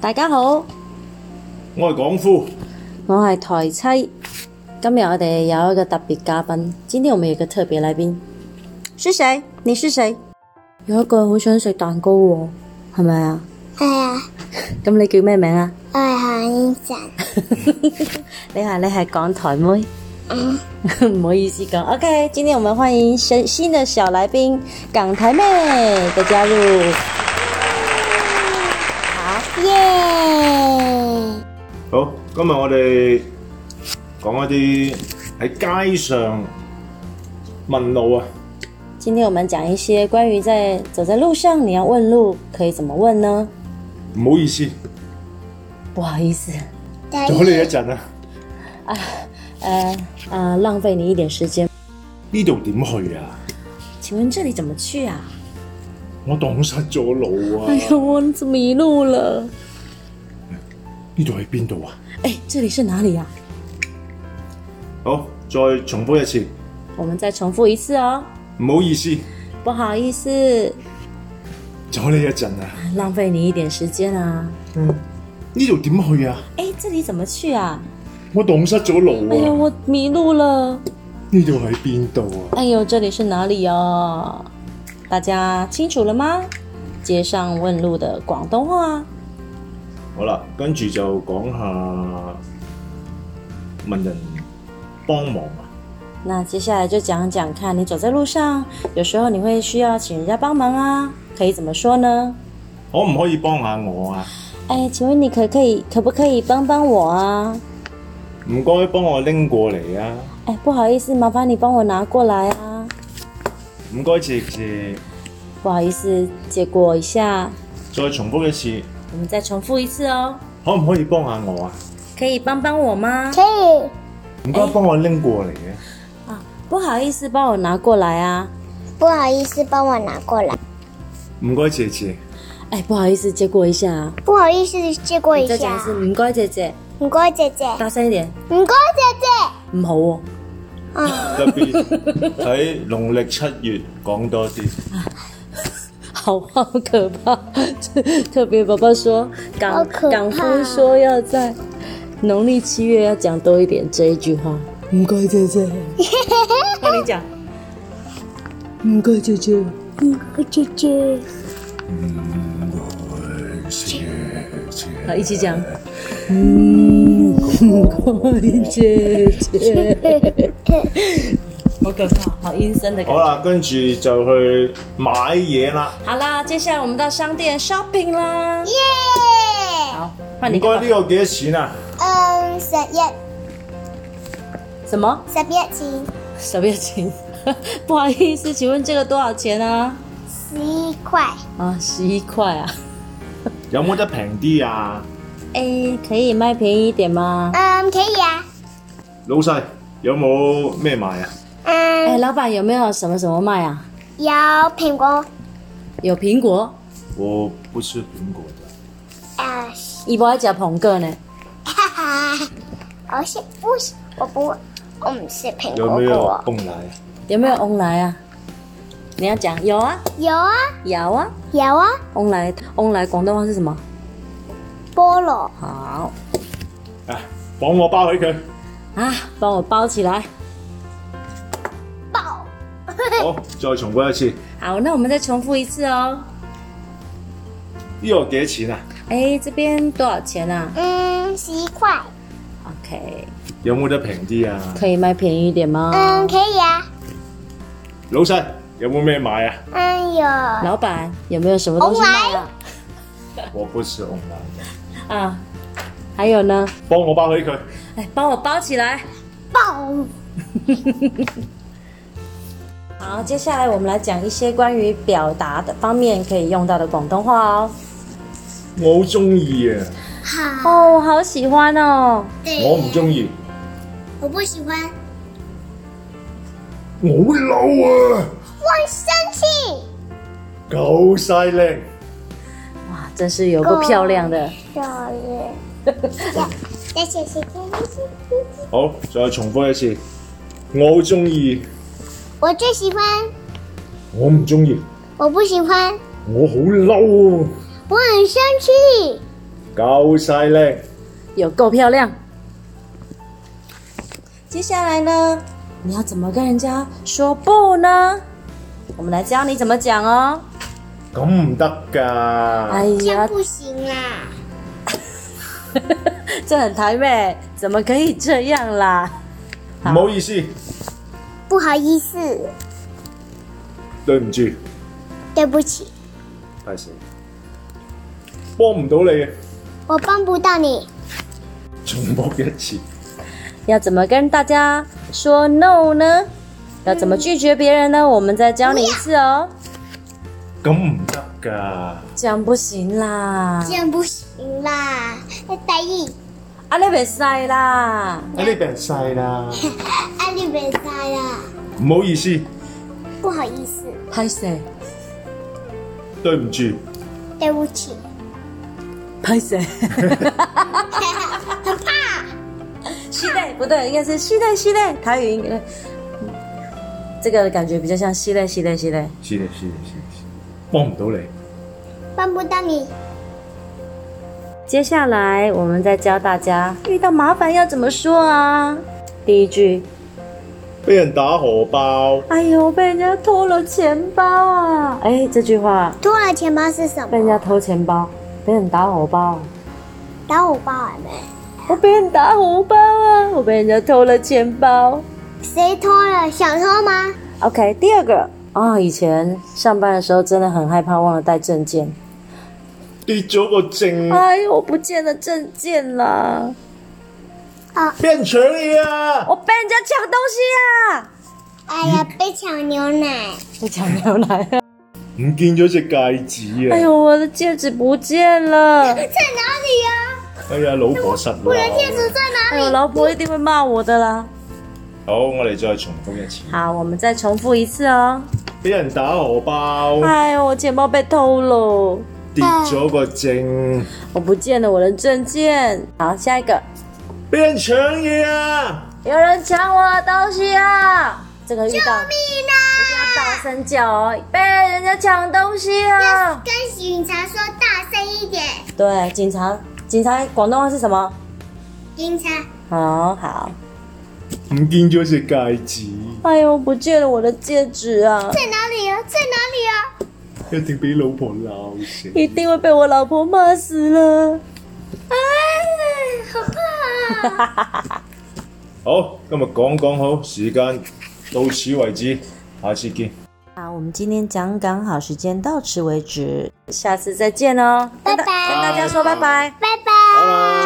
大家好，我係港夫，我係台妻。今日我哋有一個特別嘉賓，今天我們有一個特別來賓，是誰？你是誰？有一個好想食蛋糕喎、係咪啊？係啊，咁你叫咩名啊？我係韓英神，你好，你係港台妹。 唔好意思講，OK，今天我們歡迎新新的小來賓港台妹的加入。耶！好，今日我哋講一啲喺街上問路啊，今天我們講一些關於在走在路上你要問路可以怎麼問呢？唔好意思，不好意思，但阻你一陣啊，呃呃，浪費你一點時間。呢度點去啊？請問這裡怎麼去啊？我蕩失咗路啊哎，呀，我怎麼迷路了？呢度喺邊度啊？哎，這裡是哪裡呀、好，再重複一次，我們再重複一次哦。唔好意思，不好意思，阻你一陣啊，浪費你一點時間啊。呢度點去啊？哎，這裡怎麼去啊？我蕩失咗路哎呀，啊，我迷路了。呢度喺邊度啊？哎呦，这里是哪里哦？大家清楚了嗎？街上問路的廣東話。好啦，跟住就講下問人幫忙啊，那接下來就講講看，你走在路上，有時候你會需要請人家幫忙啊，可以怎麼說呢？可唔可以幫下我啊？哎，請問你可可以可不可以幫幫我啊？唔該，幫我拎過嚟啊！哎，不好意思，麻煩你幫我拿過來啊。唔該，謝謝。不好意思，借過一下，再重複一次，我們再重複一次哦。可唔可以幫下我啊？可以幫幫我嗎？可以，唔該，幫我拎過嚟嘅。啊，不好意思，幫我拿過來啊。不好意思，幫我拿過來。唔該，謝謝。哎，不好意思，借過一下啊。不好意思，借過一再講一下。次，唔該姐姐，唔該，姐姐。大聲一點。唔該，姐姐。唔好哦喎、特別喺農曆七月講多啲。好好可怕。 特別寶寶說，好港可怕港夫說要在農曆七月要講多一點這一句話。唔該姐姐，哎那你講。唔該姐姐，姐姐。好，一起講。嗯，姐 姐，好可怕，好陰森的感好覺。啦，跟住就去買嘢啦。好啦，接下來我們到商店 shopping 啦。耶！好，換啊你唔一個該，呢個幾多錢啊？嗯，十一，什麼？十一錢，小 便情，不好意思，請問這個多少錢啊？十一塊。啊，十一塊啊。有冇得平啲啊？哎、可以賣便宜一點嗎？嗯，可以啊。老細有冇咩賣啊？哎、嗯，老闆有沒有什麼什麼賣啊？有蘋果，有蘋果，我不吃蘋果的。 啊，一包一夾蘋果呢？哈哈。我是不是我不我唔食蘋有果沒嘅有喎。泵奶啊？有沒有翁來啊？你要講有啊，有啊，有啊。有啊，翁來，翁來，廣東話是什麼？菠蘿。好啊，綁我包起佢。啊，幫我包起來。爆！好，再重複一次。好，那我們再重複一次哦。呢個幾多錢啊？哎、這邊多少錢啊嗯，十一塊。 ？OK，有冇得平啲啊？可以賣便宜一點嗎？嗯，可以啊。老細有冇咩買啊？嗯，有。老闆有沒有什麼東西賣啊？我不是紅男嘅，啊，還有呢？幫我包起佢。哎，幫我包起來。爆！好，接下來我們來講一些關於表達的方面可以用到的廣東話哦。我好中意啊！好。哦，我好喜歡哦。對我唔中意，我不喜歡。我會嬲啊！我生氣。夠晒靚，哇，真是有個漂亮的。少爷。再謝謝好，再重複一次。我好中意，我最喜歡，我唔中意，我不喜歡，我好嬲啊！我很生氣。夠犀利，有够漂亮。接下来呢，你要怎么跟人家说不呢？我们来教你怎么讲哦。咁唔得㗎。哎这呀 样，不行啊啦，这很台妹，怎么可以这样啦？唔好意思，不好意思，對唔住，对不起，太死，幫唔到你，我帮不到你。重播一次。要怎么跟大家说 no 呢？要怎么拒绝别人呢？我们再教你一次哦。咁唔得㗎，这样不行啦这，样不行啦，要大意，啊，你别晒啦，喺呢邊細啦。阿丽别塞啦，唔好意思，不好意思，拍谁？對唔住，对不起，拍谁？ 很怕，系列不对，应该是系列系列，台语应该，这个感觉比较像系列系列系列。是的，是的，是的，幫唔到你。帮不到你，接下来我们再教大家遇到麻烦要怎么说啊？第一句，俾人打荷包，哎呦，被人家偷了钱包啊！哎，这句话偷了钱包是什被人么？家偷钱包，被人打荷包。打我包啊没？我被人打红包啊！我被人家偷了钱包。谁偷了？小偷吗？ OK，第二个啊、以前上班的时候真的很害怕忘了带证件，跌咗個證，哎呦，我不见了证件啦！哦俾人搶嘢啊！我被人家抢东西啊！哎呀，被抢牛奶，被抢牛奶啊！唔見咗隻戒 指哎啊！呦，我的戒指不见了！在哪里啊呀、哎呀，老婆失我的戒指禮。在哪哎里？呦，老婆一定会骂我的啦。好，我哋再重複一次。好，我们再重复一次哦。俾人打荷包，哎呦，我钱包被偷了，跌咗個證，我不见了我的证件。好，下一个，俾人搶嘢啊！有人抢我的东西啊！这个遇到。你呢？大声叫哦，被人家抢东西啊！跟警察说大声一点。对，警察，警察广东话是什么？警察，好好，唔見咗隻戒指，哎呦，不见了我的戒指啊！在哪里呀、在哪里啊呀、一定俾老婆鬧死。一定会被我老婆骂死了。哎，好怕、 啊！好，今日講講好，時間到此為止，下次見。好，我们今天讲港好时间到此为止，下次再见哦。拜拜跟大跟大家说拜拜。拜拜。